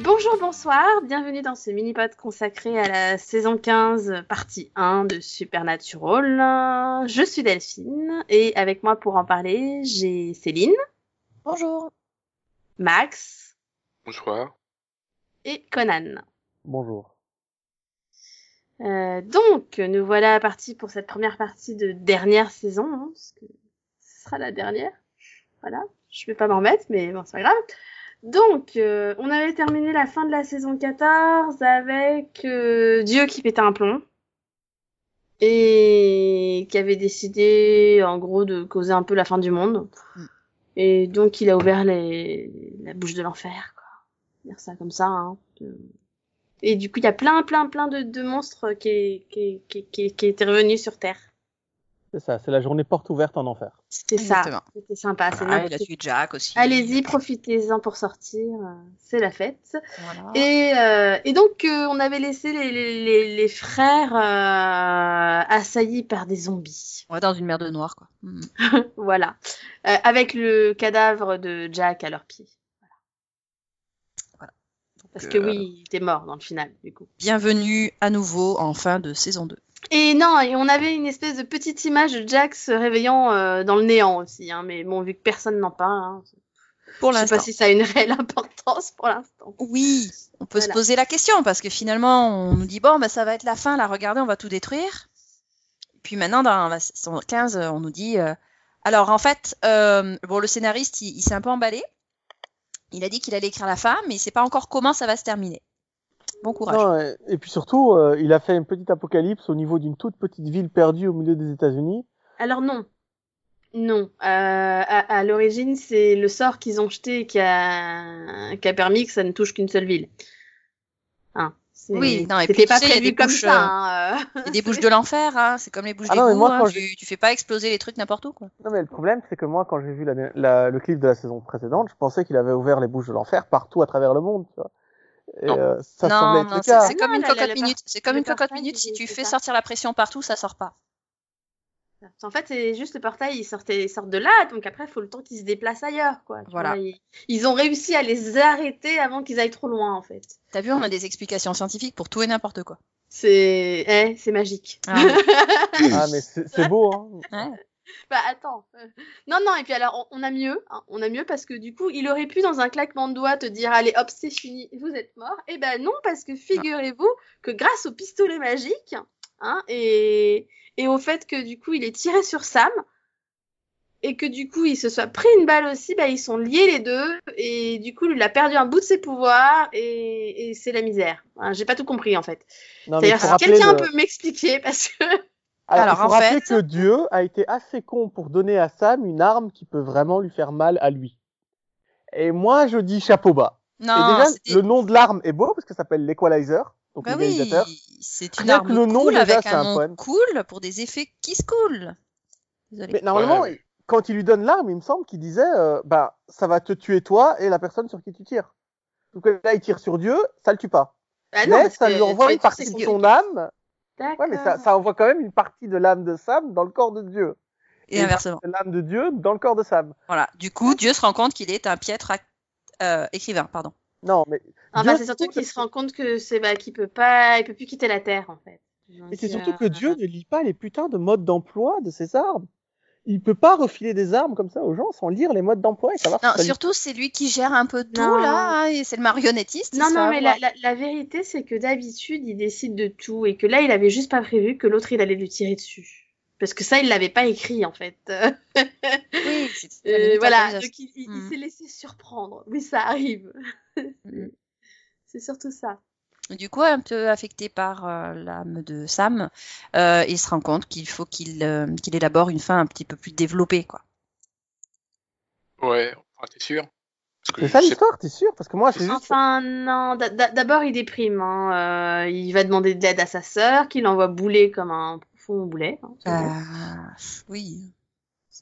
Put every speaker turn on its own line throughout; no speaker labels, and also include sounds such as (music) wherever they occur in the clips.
Bonjour, bonsoir, bienvenue dans ce mini-pod consacré à la saison 15, partie 1 de Supernatural. Je suis Delphine et avec moi pour en parler, j'ai Céline,
Bonjour.
Max
Bonsoir.
et Conan.
Bonjour.
Euh, donc, nous voilà partis pour cette première partie de dernière saison, hein, parce que ce sera la dernière. Voilà, je vais pas m'en remettre, mais bon, c'est pas grave. Donc, euh, on avait terminé la fin de la saison 14 avec euh, Dieu qui pétait un plomb et qui avait décidé, en gros, de causer un peu la fin du monde. Et donc, il a ouvert les... la bouche de l'enfer, quoi. Dire ça comme ça, hein. Euh, et du coup, il y a plein, plein, plein de, de monstres qui, qui, qui, qui, qui étaient revenus sur Terre.
C'est ça, c'est la journée porte ouverte en enfer.
C'était ça.
Exactement.
C'était sympa. c'est
Ah,
notre-
il a tué Jack aussi.
Allez-y, profitez-en pour sortir. euh, C'est la fête.
Voilà.
Et, euh, et donc, euh, on avait laissé les, les, les, les frères euh, assaillis par des zombies.
On va dans une mer de noir, quoi. Mm.
voilà. Euh, avec le cadavre de Jack à leurs pieds. Parce que
Euh,
oui, il était mort dans le final, du coup.
Bienvenue à nouveau en fin de saison 2.
Et non, et on avait une espèce de petite image de Jack se réveillant euh, dans le néant aussi, hein, mais bon, vu que personne n'en parle, hein,
Pour
je sais
l'instant.
pas si ça a une réelle (laughs) importance pour l'instant.
Oui, on peut
Voilà.
se poser la question parce que finalement, on nous dit bon, bah, ça va être la fin, là, regardez, on va tout détruire. Puis maintenant, dans la saison 15, euh, on nous dit euh, alors en fait, euh, bon, le scénariste, il, il s'est un peu emballé. Il a dit qu'il allait écrire la fin, mais il sait pas encore comment ça va se terminer. Bon courage.
Non, et, et puis surtout, euh, il a fait une petite apocalypse au niveau d'une toute petite ville perdue au milieu des États-Unis.
Alors non. Non. Euh, à à l'origine, c'est le sort qu'ils ont jeté qui a... qui a permis que ça ne touche qu'une seule ville. Hein, c'est-
Oui, non, et
c'était
puis,
pas
tu sais, il y a
prévu
des
comme
bouches,
ça. hein, euh. (laughs)
Il y a des bouches de l'enfer, hein, c'est comme les bouches
Ah
des hein.
non, mais moi, quand
tu, tu fais pas exploser les trucs n'importe où, quoi.
Non mais le problème, c'est que moi, quand j'ai vu la, la- le clip de la saison précédente, je pensais qu'il avait ouvert les bouches de l'enfer partout à travers le monde. Tu vois. Et
Non.
euh, ça
non,
semblait être
non,
le
c'est-
cas.
c'est comme
Non,
une
la- la-
cocotte
la
minute. C'est comme
le
une cocotte
portail,
minute.
il-
Si tu
il fait
fais
ça.
sortir la pression partout, ça sort pas.
En fait, c'est juste le portail, ils sortent, ils sortent de là, donc après, il faut le temps qu'ils se déplacent ailleurs. Quoi. Tu
Voilà.
vois, ils, ils ont réussi à les arrêter avant qu'ils aillent trop loin, en fait.
T'as vu, on a des explications scientifiques pour tout et n'importe quoi.
C'est eh, c'est magique.
Ah,
Ah mais c'est c'est beau. Hein.
Bah attends. euh, Non, non, et puis alors, on, on a mieux. hein, on a mieux parce que du coup, il aurait pu, dans un claquement de doigts, te dire Allez, hop, c'est fini, vous êtes mort. Et ben non, parce que figurez-vous que grâce au pistolet magique, hein, et, et au fait que du coup, il est tiré sur Sam, et que du coup, il se soit pris une balle aussi, bah ils sont liés les deux, et du coup, lui, il a perdu un bout de ses pouvoirs, et, et c'est la misère. Hein, J'ai pas tout compris en fait.
Non, mais
C'est-à-dire,
faut
si
rappeler
quelqu'un
le-
peut m'expliquer, parce que.
Alors,
Alors,
il faut
en
rappeler
fait-
que Dieu a été assez con pour donner à Sam une arme qui peut vraiment lui faire mal à lui. Et moi, je dis chapeau bas.
(laughs) non,
et déjà,
c'était-
le nom de l'arme est beau parce que ça s'appelle l'Equalizer, donc
Bah oui,
l'égalisateur.
c'est une
Rien que
arme
le nom,
cool
déjà,
avec
c'est
un
un
nom
poème.
cool pour des effets qui se coulent. Désolée.
Mais normalement,
Ouais,
quand il lui donne l'arme, il me semble qu'il disait, euh, bah, ça va te tuer toi et la personne sur qui tu tires. Donc là, il tire sur Dieu, ça le tue pas.
Ah non,
mais
parce
ça
que
lui
tu vois,
envoie une
tu
partie
sais
de
que-
son âme. Ouais, mais ça,
D'accord.
ça envoie quand même une partie de l'âme de Sam dans le corps de Dieu.
Et inversement.
De L'âme de Dieu dans le corps de Sam.
Voilà. Du coup, Dieu se rend compte qu'il est un piètre act- euh, écrivain, pardon.
Non, mais
Ah
Dieu,
bah, c'est surtout qu'il se rend compte que c'est bah qu'il peut pas, il peut plus quitter la terre en fait.
Et
Donc,
c'est surtout
euh,
que Dieu ne lit pas les putains de modes d'emploi de ses armes. Il peut pas refiler des armes comme ça aux gens sans lire les modes d'emploi et savoir
Non,
si ça lui-
surtout c'est lui qui gère un peu tout
Non.
là, hein, et c'est le marionnettiste.
Non
ça
non
va
mais
voir.
la, la, la vérité c'est que d'habitude il décide de tout et que là il avait juste pas prévu que l'autre il allait lui tirer dessus parce que ça il l'avait pas écrit en fait. (laughs) Euh,
Oui, c'est- c'est la
euh,
minute
voilà
improvisation.
donc il, Hmm. il- il
Mhm.
s'est laissé surprendre (laughs) mais ça arrive. Hmm.
Mhm.
c'est surtout ça.
Du coup, un peu affecté par euh, l'âme de Sam, euh, il se rend compte qu'il faut qu'il euh, qu'il élabore une fin un petit peu plus développée, quoi.
Ouais, enfin, t'es sûr Parce que
C'est
je
ça
sais
l'histoire, t'es sûr Parce que moi, j'ai juste.
Enfin non d'a- d'a- d'abord il déprime hein. Euh, il va demander de l'aide à sa sœur qu'il envoie bouler comme un profond boulet. hein,
Bah,
c'est bon.
Euh, oui.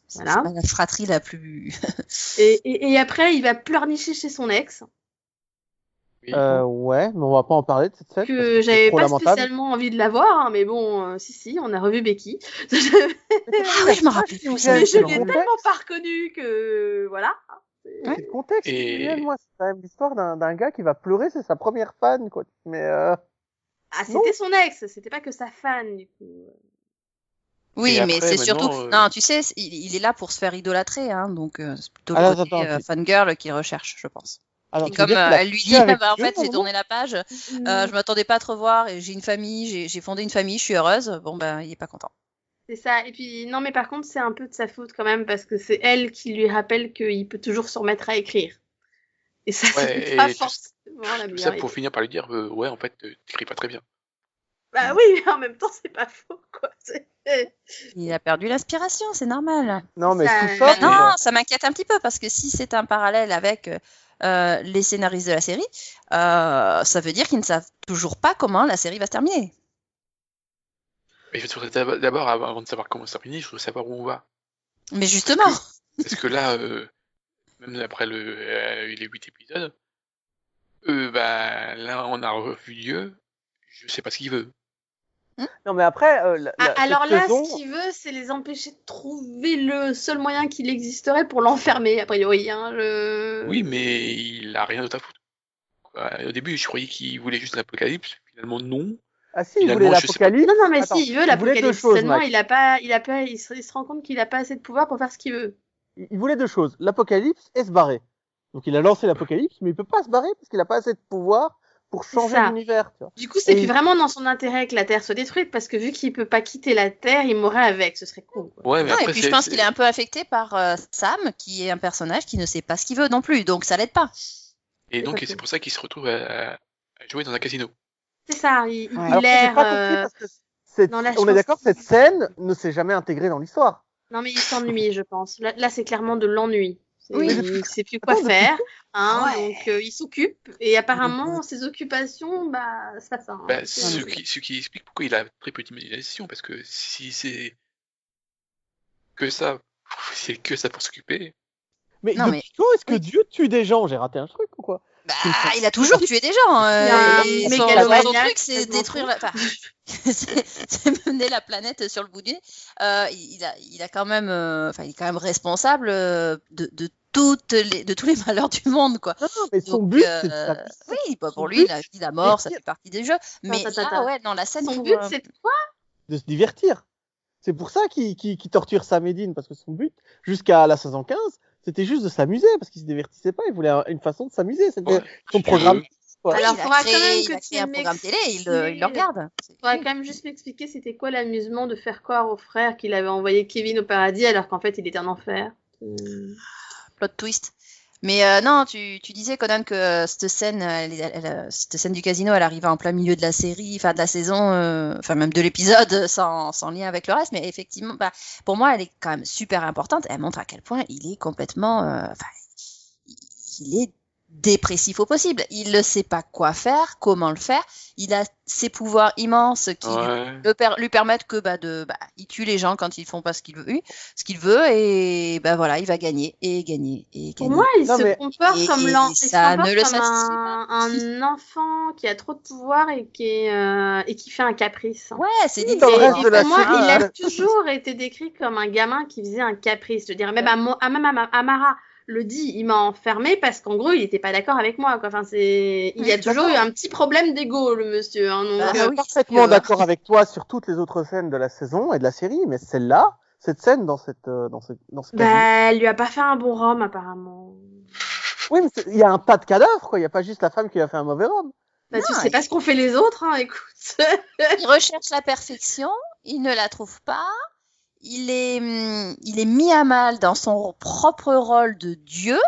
C'est
Voilà.
pas la fratrie la plus.
Et, et, et après, il va pleurnicher chez son ex,
Oui.
Euh, ouais, mais on va pas en parler de cette scène. parce
que
c'est
j'avais
trop
pas
lamentable.
spécialement envie de la voir, hein, mais bon, euh, si, si, on a revu Becky. (laughs) je
Ah oui, je me rappelle
Je
plus.
l'ai
je l'ai
le
tellement
contexte.
pas reconnue que, voilà.
C'est le contexte.
Et-
qui vient, moi, c'est quand même l'histoire d'un d'un gars qui va pleurer, c'est sa première fan, quoi. Mais euh,
Ah,
Non.
c'était son ex, c'était pas que sa fan, du coup.
(laughs) Oui,
Et
mais
après,
c'est
maintenant,
surtout.
euh,
Non, tu sais, c'est- il, il est là pour se faire idolâtrer, hein, donc euh, c'est plutôt le
Alors,
côté,
Ah, attends,
euh,
tu-
fangirl qu'il recherche, je pense.
alors
et
tu veux
comme
dire
euh,
qu'il a
elle lui
couché
dit,
ah
avec
bah, en
Dieu,
fait, j'ai
pardon
tourné la page, euh,
Mm.
je m'attendais pas à te revoir, et j'ai une famille, j'ai j'ai fondé une famille, je suis heureuse. Bon, ben, il est pas content.
C'est ça. Et puis, non, mais par contre, c'est un peu de sa faute quand même, parce que c'est elle qui lui rappelle qu'il peut toujours se remettre à écrire. Et ça,
Ouais,
c'est
et
pas
tout-
forcément la
Tout ça
meilleure
pour
idée.
finir par lui dire, euh, ouais, en fait, euh, t'écris pas très bien.
Bah oui, (laughs) mais en même temps, c'est pas faux, quoi. C'est-
Il a perdu l'inspiration, c'est normal.
Non, mais
Ça-
tout ça.
Bah
mais,
Maintenant,
euh,
ça m'inquiète un petit peu parce que si c'est un parallèle avec euh, euh, les scénaristes de la série, euh, ça veut dire qu'ils ne savent toujours pas comment la série va se terminer.
Mais je voudrais d'ab- d'abord, av- avant de savoir comment ça finit, je veux savoir où on va.
Mais justement,
Parce
(laughs)
que là, euh, même après le, euh, les huit épisodes, euh, bah, là, on a revu Dieu, je sais pas ce qu'il veut.
Non, mais après, euh, la-
Ah,
la-
alors
cette
là,
saison-
ce qu'il veut, c'est les empêcher de trouver le seul moyen qu'il existerait pour l'enfermer, a priori. Hein, le-
Euh,
Oui, mais il a rien d'autre à foutre. Quoi, Au début, je croyais qu'il voulait juste l'apocalypse, finalement, non.
Ah si, il
finalement,
voulait
je sais pas.
l'apocalypse.
Non, non, mais
Attends,
si, il veut
il voulait deux
l'apocalypse.
choses,
Seulement,
Max.
il, a pas, il, a pas, il, se, il se rend compte qu'il a pas assez de pouvoir pour faire ce qu'il veut.
Il voulait deux choses, l'apocalypse et se barrer. Donc il a lancé l'apocalypse, mais il peut pas se barrer parce qu'il a pas assez de pouvoir pour changer
ça.
l'univers. tu vois.
Du coup, c'est
Et-
plus vraiment dans son intérêt que la Terre soit détruite, parce que vu qu'il peut pas quitter la Terre, il mourrait avec. Ce serait con. Quoi.
Ouais, mais
Non,
après,
et puis
c'est-
je pense
c'est-
qu'il est un peu affecté par euh, Sam, qui est un personnage qui ne sait pas ce qu'il veut non plus, donc ça l'aide pas.
Et donc,
Exactement.
c'est pour ça qu'il se retrouve à, à jouer dans un casino.
C'est ça, il, il
Alors, j'ai
erre,
pas compris
euh,
parce que cette-
dans la
on est
chose-
d'accord, cette scène ne s'est jamais intégrée dans l'histoire.
Non, mais il s'ennuie, je pense. Là, là, c'est clairement de l'ennui. C'est-
Oui.
Il sait plus quoi
Attends,
(laughs)
faire, hein,
Ouais.
donc euh, il s'occupe. Et apparemment, ses occupations, bah, ça ça.
Bah,
hein.
ce, qui, ce qui explique pourquoi il a très peu d'imagination, parce que si c'est que ça, (laughs) c'est que ça pour s'occuper.
Mais,
Non,
depuis quand est-ce que
oui.
Dieu tue des gens J'ai raté un truc ou quoi
Bah, il a toujours tué des gens.
Il y a
Euh,
un
et son,
mégalomaniaque
son truc, c'est
complètement
détruire la. Enfin, (laughs) c'est c'est mener la planète sur le bout du nez. Euh, il, a, il a quand même, euh, enfin, il est quand même responsable euh, de, de toutes les, de tous les malheurs du monde, quoi.
Non, non, mais son
Donc,
but,
euh,
c'est de la puissance.
Oui, bah, pour
Son
lui,
but,
la vie, la mort, ça
c'est-
fait partie des jeux. Mais
attends,
là,
attends.
ouais, dans la scène,
(laughs) Son
pour,
but,
euh,
c'est de quoi
de se divertir. C'est pour ça qu'il qu'il- qu'il torture Sam et Dean, parce que son but, jusqu'à la saison 15, c'était juste de s'amuser, parce qu'il se divertissait pas, il voulait un- une façon de s'amuser. C'était
Ouais,
son
si tu
programme.
veux.
quoi.
Alors,
il a
Bah, faudra
créé-
quand même
il
que
a
tu
créé un programme télé, il le, il le
m'expliques.
regarde. C'est-
faudrait quand même juste m'expliquer c'était quoi l'amusement de faire croire au frère qu'il avait envoyé Kevin au paradis alors qu'en fait il était en enfer.
Euh,
plot twist. Mais euh, non, tu, tu disais Conan que euh, cette scène, euh, elle- elle- elle, euh, cette scène du casino, elle arrivait en plein milieu de la série, enfin de la saison, euh, enfin même de l'épisode, (laughs) euh, sans, sans lien avec le reste. Mais effectivement, bah, pour moi, elle est quand même super importante. Elle montre à quel point il est complètement, euh, enfin, il est dépressif au possible. Il ne sait pas quoi faire, comment le faire. Il a ses pouvoirs immenses qui lui
Ouais.
le per- lui permettre que bah, de bah, il tue les gens quand ils font pas ce qu'il veut ce qu'il veut et bah voilà il va gagner et gagner et gagner
Pour moi, il
Non,
se
mais-
comporte
Et-
comme,
et
l'en- il se
ça
comporte
ne le
comme
satisfait
un, un enfant qui a trop de pouvoir et qui, est, euh, et qui fait un caprice. hein.
ouais c'est
Oui,
dit
dans le
Et-
reste
et
de la
pour moi,
série,
il
hein.
a toujours été décrit comme un gamin qui faisait un caprice. Je dirais même, Amo- ah, même Ama- Amara le dit, il m'a enfermé parce qu'en gros, il n'était pas d'accord avec moi. Quoi. Enfin, c'est... Il y a
Oui, Bah,
toujours eu
d'accord.
un petit problème d'ego, le monsieur. hein, donc,
Ah,
Je
euh,
suis
oui,
parfaitement
euh,
d'accord avec toi sur toutes les autres scènes de la saison et de la série, mais celle-là, cette scène dans cette, euh, dans cette, dans ce casino-
bah, elle lui a pas fait un bon rhum, apparemment.
Oui, mais c'est- il y a un pas de cadavre, quoi. Il y a pas juste la femme qui a fait un mauvais homme.
Bah, tu
Non,
sais pas
il-
ce qu'ont fait les autres, hein, (laughs) écoute.
il recherche la perfection il ne la trouve pas il est hum, il est mis à mal dans son propre rôle de dieu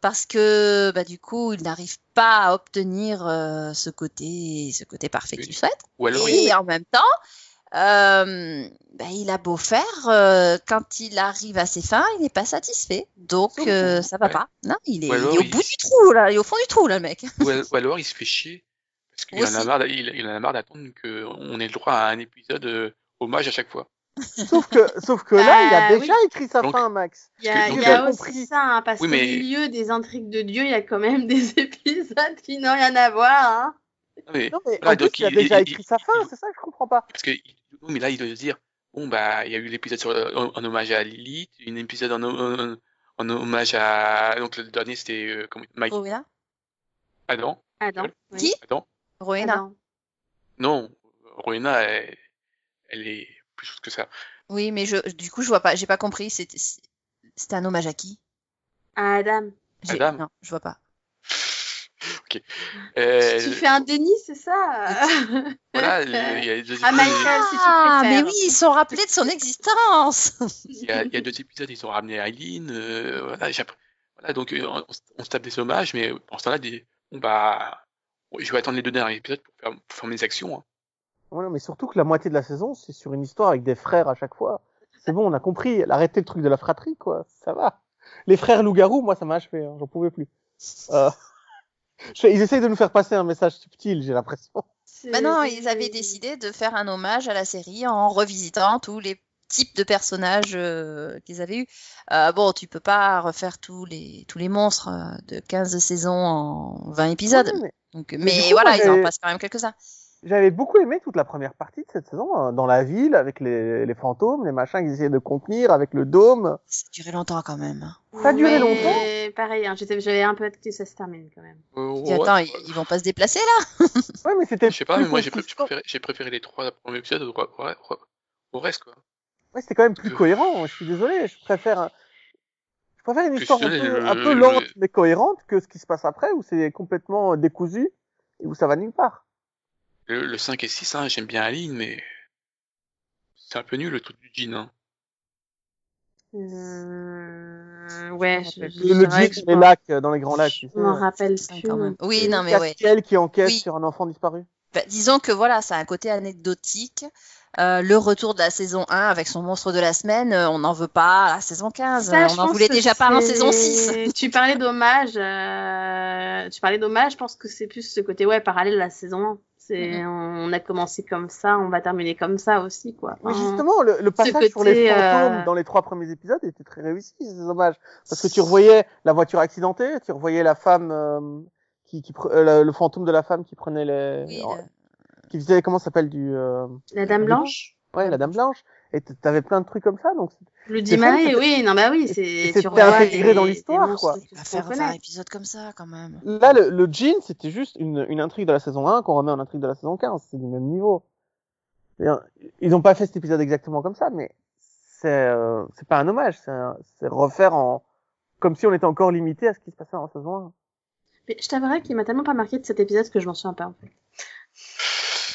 parce que bah du coup il n'arrive pas à obtenir euh, ce côté ce côté parfait qu'il souhaite
Ou alors, il-
Et en même temps, euh, bah, il a beau faire, euh, quand il arrive à ses fins, il n'est pas satisfait. Donc, euh, ça va
Oh. Ouais.
pas. Non, il est,
Ou alors,
il est au
il-
bout du trou, là. Il est au fond du trou, là, le mec.
ou al- ou alors il se fait chier, parce qu'il en a
Aussi.
marre, d'a- il, il en a marre d'attendre qu'on ait le droit à un épisode euh, hommage à chaque fois.
Sauf que, sauf que là, il
Bah,
a
oui.
déjà écrit sa
Donc-
fin, Max.
Il y a,
Donc,
il y a
euh,
aussi ça, hein, parce
Oui, mais-
qu'au milieu des intrigues de Dieu, il y a quand même (laughs) des épisodes qui n'ont rien à voir. Hein.
Non, mais,
Non, mais
Voilà,
en plus,
donc
il a
il-
déjà
il-
écrit sa fin,
il-
c'est ça que je comprends pas.
parce que, il- non, euh, mais là, il doit se dire, bon, bah, il y a eu l'épisode sur- en, en hommage à Lilith, un épisode en, en- en- en hommage à. Donc le dernier c'était euh, comment- Mike
Rowena
Adam.
Adam. oui.
Qui
Adam.
Rowena.
Adam.
Non, Rowena, elle, elle est plus chaude que ça.
Oui, mais je, du coup, je vois pas, j'ai pas compris. C'était c'était un hommage à qui
Adam.
J'ai-
Adam.
Non, je vois pas.
ok.
Tu-
Euh,
Tu fais un déni, c'est ça
(laughs)
(laughs)
Voilà, euh, il y a deux
Ah,
épisodes-
Michael, si tu
Ah, mais
préfères.
oui, ils sont rappelés de son existence.
Il y, a, il y a deux épisodes, ils ont ramené Eileen. euh, voilà, j'ai appris- voilà, donc euh, on, on se tape des hommages, mais en ce temps-là, des- bon, bah, je vais attendre les deux derniers épisodes pour faire, pour faire mes actions. hein.
Voilà, mais surtout que la moitié de la saison, c'est sur une histoire avec des frères à chaque fois. C'est bon, on a compris. Arrêtez le truc de la fratrie, quoi. Ça va. Les frères loup-garou, moi, ça m'a achevé. hein, J'en pouvais plus. Euh, (laughs) je- Ils essayent de nous faire passer un message subtil,
(laughs)
j'ai l'impression.
C'est-
Bah non,
c'est-
ils avaient décidé de faire un hommage à la série en revisitant tous les types de personnages euh, qu'ils avaient eu. bon, tu peux pas refaire tous les tous les monstres euh, de 15 saisons en 20 épisodes.
Ouais, mais
Donc, mais
du coup,
voilà,
moi,
ils en
j'ai-
passent quand même quelques-uns.
J'avais beaucoup aimé toute la première partie de cette saison, hein, dans la ville, avec les, les fantômes, les machins qu'ils essayaient de contenir, avec le dôme.
Ça a duré longtemps quand même.
Ça a
Mais
duré longtemps
Pareil, hein, j'étais- j'avais un peu hâte que ça se termine quand même.
Euh,
Puis,
ouais,
attends,
ouais.
ils, ils vont pas se déplacer là
Ouais, mais c'était.
Je sais pas,
plus
mais moi j'ai pré- j'ai
consistant.
préféré, j'ai préféré les trois premiers épisodes au, au- au- au reste, quoi.
Ouais, c'était quand même plus
Euh.
cohérent. Je suis désolé, je préfère, un- je préfère une
Que
histoire un
celui-
peu,
le-
un peu
le-
lente mais cohérente que ce qui se passe après où c'est complètement décousu et où ça va nulle part.
Le, le 5 et 6, hein, j'aime bien Aline, mais c'est un peu nul le truc du jean. Hein.
Euh, Ouais, je,
Le-
je- c'est
Le, le
vrai
jeep,
que je
les
m'en-
lacs euh, dans les grands lacs. Tu sais,
je m'en
euh,
rappelle
Putain,
plus.
quand même.
non plus.
Oui, non mais ouais.
Castiel qui enquête
Oui.
sur un enfant disparu.
Bah, disons que voilà, ça a un côté anecdotique. Euh, le retour de la saison 1 avec son monstre de la semaine, euh, on n'en veut pas à la saison 15.
Ça,
euh,
je
on n'en
pense
voulait
que
déjà pas en
c'est-
saison 6.
(laughs) Tu parlais d'hommage. euh, Tu parlais d'hommage. Je pense que c'est plus ce côté ouais parallèle à la saison 1.
Mm-hmm.
C'est on a commencé comme ça, on va terminer comme ça aussi quoi.
Mais
Enfin,
justement, le, le passage sur
Ah. côté,
les fantômes
euh,
dans les trois premiers épisodes était très réussi, ces hommages. Parce que tu revoyais la voiture accidentée, tu revoyais la femme euh, qui, qui pre- euh, le, le fantôme de la femme qui prenait les,
Oui,
en-
le-
qui faisait comment ça s'appelle du, euh,
la Dame Blanche,
ouais la dame blanche. Et t- t'avais plein de trucs comme ça, donc
le
C'est
Dimaré,
fou,
oui, non bah oui, c'est
Et
tu
c'était
revois
intégré
les-
dans
les
l'histoire,
monstres
quoi.
que-
à
qu'on
faire refaire un
connaît.
épisode comme ça quand même.
Là, le, le jean, c'était juste une, une intrigue de la saison 1 qu'on remet en intrigue de la saison 15. C'est du même niveau. C'est-à-dire, Ils n'ont pas fait cet épisode exactement comme ça, mais c'est euh, c'est pas un hommage. C'est un- c'est refaire en comme si on était encore limité à ce qui se passait en saison 1.
Mais je t'avouerai qu'il m'a tellement pas marqué de cet épisode que je m'en souviens pas. en fait.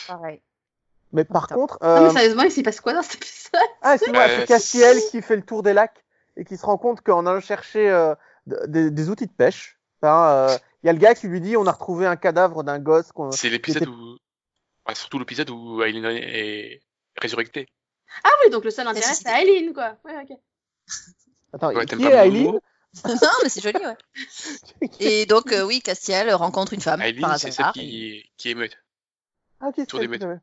Pareil.
Mais par
Attends.
contre,
Non
euh,
Ah, mais sérieusement, il s'y passe quoi dans cet épisode
ah, excuse-moi,
Euh,
c'est Castiel
si.
qui fait le tour des lacs et qui se rend compte qu'en allant chercher euh, de- des, des outils de pêche, enfin, euh, il y a le gars qui lui dit on a retrouvé un cadavre d'un gosse. qu'on-
C'est l'épisode
c'était-
où. enfin, surtout l'épisode où Eileen est résurrectée.
Ah oui, donc le seul intérêt
Ressuscité.
c'est Aileen quoi. Ouais, ok.
Attends,
Ouais, t'aimes
qui est
pas mon
(laughs) Aileen
humour
(laughs) non, mais c'est joli, ouais. Et donc, euh, oui, Castiel rencontre une femme Ah, par
Eileen, Ah, c'est celle
hasard.
qui, qui émeute.
Ah, ok,
Tour des
c'est-
maîtres.
ouais.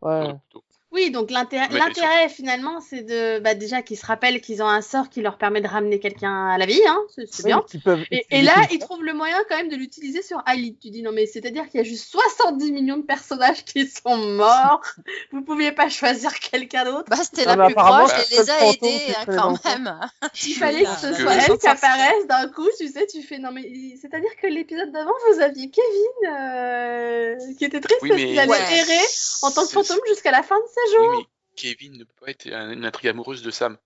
Ouais.
Non, plutôt.
Oui, donc l'intérêt
Mais-
l'intérêt, finalement, c'est de bah, déjà qu'ils se rappellent qu'ils ont un sort qui leur permet de ramener quelqu'un à la vie, hein, c'est c'est hein. bien.
Oui, qui peuvent
Et, et
utiliser
là,
tout
ils
ça.
trouvent le moyen quand même de l'utiliser sur Ali. Tu dis non, mais c'est-à-dire qu'il y a juste 70 millions de personnages qui sont (laughs) morts. Vous pouviez pas choisir quelqu'un d'autre.
Bah, c'était
Non,
la
Ah, mais
plus
apparemment,
proche,
c'est
elle
le
les a
fantôme
aidés
qui
hein,
traîne dans le
quand
coin.
même. hein.
Il fallait que ce soit elle qui apparaisse d'un coup, tu sais, tu fais non, mais il- c'est-à-dire que l'épisode d'avant, vous aviez Kevin euh, qui était triste
Oui,
parce
mais-
qu'il allait
Ouais.
errer en tant que
C'est-
fantôme jusqu'à la fin de sa journée.
Oui, mais Kevin ne peut pas être un- une intrigue amoureuse de Sam.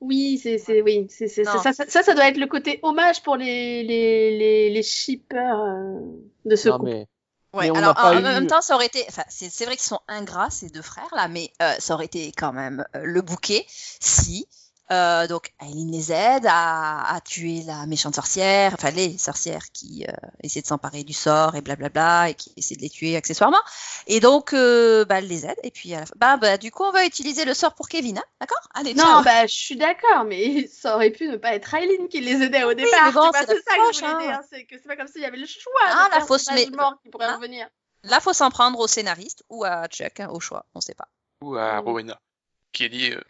Oui, c'est c'est oui, c'est c'est
Non.
ça, ça ça ça doit être le côté hommage pour les les les les shippers euh, de ce
Non,
couple.
mais-
Ouais,
Mais on
alors
n'a pas
en
eu-
même temps, ça aurait été. Enfin, c'est c'est vrai qu'ils sont ingrats ces deux frères là, mais euh, ça aurait été quand même euh, le bouquet si. euh, donc, Aileen les aide à, à tuer la méchante sorcière, enfin les sorcières qui euh, essaient de s'emparer du sort et blablabla et qui essaient de les tuer accessoirement. Et donc, euh, bah, elle les aide. Et puis, à la fin- bah, bah, du coup, on va utiliser le sort pour Kevin, hein, d'accord Allez,
Non,
ciao.
bah je suis d'accord, mais (laughs) ça aurait pu ne pas être Aileen qui les aidait au départ.
mais bon,
tu vois,
c'est
c'est ça
la
que je
proche,
voulais
hein.
dire, c'est que c'est pas comme s'il y avait le choix
Ah,
de
la fausse
personnage
mé-
mort qui pourrait
Hein
revenir.
Là, faut s'en prendre au scénariste ou à Chuck, hein, au choix, on sait pas.
Ou à
Mm.
Rowena, qui a dit euh,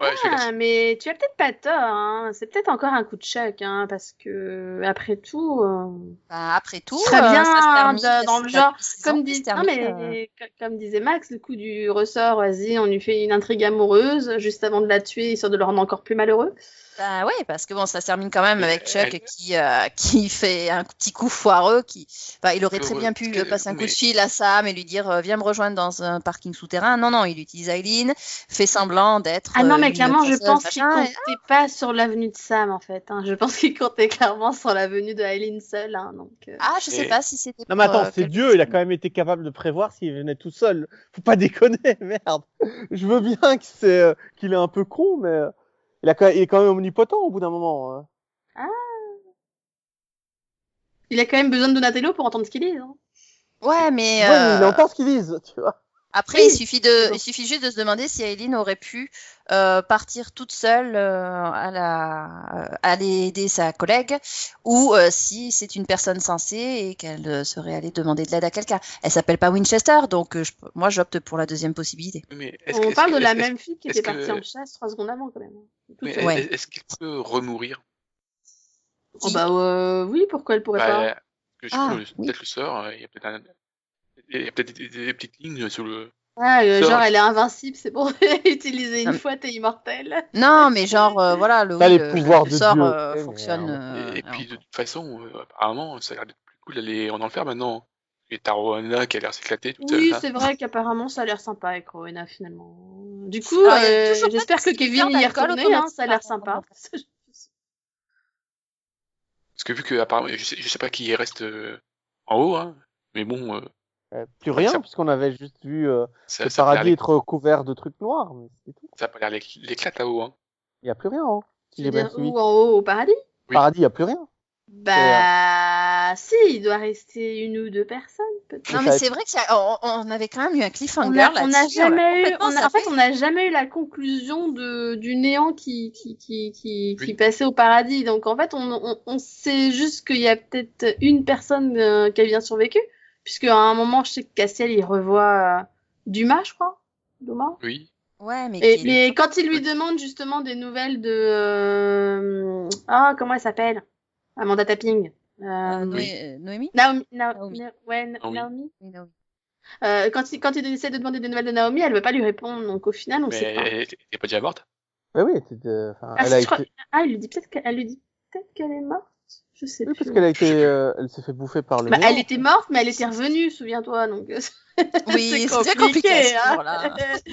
Ouais, je vais
Ah, mais tu as peut-être pas tort, hein. C'est peut-être encore un coup de choc, hein, parce que après tout, euh,
Bah, après tout,
Ce serait bien
ça se termine,
de- dans
la-
le
la
genre,
saison
Comme,
qui
dis-
se
non,
termine, euh,
mais, co- comme disait Max, le coup du ressort, vas-y, on lui fait une intrigue amoureuse juste avant de la tuer, histoire de le rendre encore plus malheureux.
Bah ouais, parce que bon, ça se termine quand même
Et
avec Chuck
elle-
qui, euh, qui (laughs) fait un petit coup foireux. Qui... Enfin, il aurait très
Heureux,
bien pu
parce que-
euh, passer un coup
mais-
de fil à Sam et lui dire euh, Viens me rejoindre dans un parking souterrain. Non, non, il utilise Eileen, fait semblant d'être.
Ah non,
euh,
mais
une
clairement, je
passeuse,
pense qu'il
machin, et-
comptait pas sur l'avenue de Sam, en fait. hein. Je pense qu'il comptait clairement sur l'avenue de Eileen seule. hein, donc, euh.
Ah, je sais
Et-
pas si c'était.
Non mais
pour,
attends,
euh,
c'est
quelque-
Dieu, il a quand même été capable de prévoir s'il venait tout seul. Faut pas (laughs) déconner, merde. Je veux bien que c'est, euh, qu'il est un peu con, mais euh, il, a quand il est quand même omnipotent au bout d'un moment. hein.
Il a quand même besoin de Donatello pour entendre ce qu'il dit. hein.
Ouais, mais.
Ouais, il
euh,
entend ce qu'ils disent, tu vois.
Après,
Oui,
il, suffit de,
bon.
il suffit juste de se demander si Aileen aurait pu euh, partir toute seule euh, à la, euh, aller aider sa collègue ou euh, si c'est une personne sensée et qu'elle euh, serait allée demander de l'aide à quelqu'un. Elle s'appelle pas Winchester, donc euh, je- moi j'opte pour la deuxième possibilité.
Mais est-ce que-
On
est-ce
parle
que-
de la
est-ce-
même fille qui
est-ce
était partie
que-
en chasse trois secondes avant, quand même. hein. Toute
mais
seule.
Ouais.
est- Est-ce qu'il peut remourir
Oh bah euh, oui, pourquoi elle pourrait pas
Bah, que je-
Ah,
le-
oui.
Peut-être le sort, euh, il y a peut-être un- il y a peut-être des, des petites lignes sous le.
Ah, euh,
Ça
genre
va.
elle est invincible, c'est bon, (laughs) utiliser
Non,
une
Ah, mais-
fois, t'es immortel.
Non, mais genre, euh, voilà, le,
T'as
oui,
les
le-
pouvoirs
le
de
sort
Dieu.
euh,
Eh
fonctionne.
merde.
euh,
et, et
alors.
puis de toute façon, euh, apparemment, ça a l'air d'être plus cool d'aller en enfer maintenant. Et Tarona qui a l'air de s'éclater toute seule.
Oui,
là.
c'est vrai qu'apparemment ça a l'air sympa avec Rowena finalement. Du coup,
Alors, il y a
euh,
toujours pas de
j'espère que Kevin
distributeur
y est
d'alcool
retourné, hein,
automatique,
ça a l'air
par contre.
sympa. (laughs)
Parce que vu que apparemment, je sais, je sais pas qui reste euh, en haut, hein, mais bon, euh,
Euh, plus rien,
Ça-
puisqu'on avait juste vu euh,
ça,
le
ça a pas
paradis
l'air-
être recouvert de trucs noirs, mais c'est tout.
ça a pas l'air l'éc- l'éclat là-haut. Hein.
Il y a plus rien, hein, si
Tu veux
j'ai bien
dire
suivi.
où en haut au paradis
Oui.
Paradis, il y a plus rien.
Bah si, il doit rester une ou deux personnes peut-être.
Je
Non, mais
savais-
c'est vrai qu'on avait quand même eu un cliffhanger
On a,
là-dessus,
on a
on l'a
jamais eu,
complètement
on a- en
zappé.
fait, on n'a jamais eu la conclusion de, du néant qui, qui, qui, qui, qui
Oui.
passait au paradis. Donc, en fait, on, on, on sait juste qu'il y a peut-être une personne euh, qui a bien survécu. Puisque à un moment, je sais que Cassiel, il revoit euh, Dumas, je crois. Dumas.
Oui.
Ouais, mais,
Et,
qui-
mais quand il lui demande justement des nouvelles de. euh, Ah, comment elle s'appelle Amanda Tapping. Euh,
euh, Noé-
Oui.
euh, Noémie
(laughs) Naomi. Na-
Naomi.
Na- ouais, Na-
Naomi.
Naomi.
Oui, Naomi.
Euh, quand, il, quand il essaie de demander des nouvelles de Naomi, elle veut pas lui répondre. Donc, au
Oh,
final, on
mais
sait pas.
elle n'est pas déjà morte.
Mais oui, c'était, euh, enfin,
Ah,
elle a
si, je crois-
été,
ah, il lui dit peut-être qu'elle lui dit peut-être qu'elle est morte. Je sais
oui,
plus.
parce qu'elle a
Je sais
été,
plus.
euh, elle s'est fait bouffer par le.
Bah,
néant.
elle était morte, mais elle était revenue, souviens-toi. Donc (laughs) euh,
Oui, (laughs) c'est très compliqué. à ce
hein.
moment-là.
(laughs)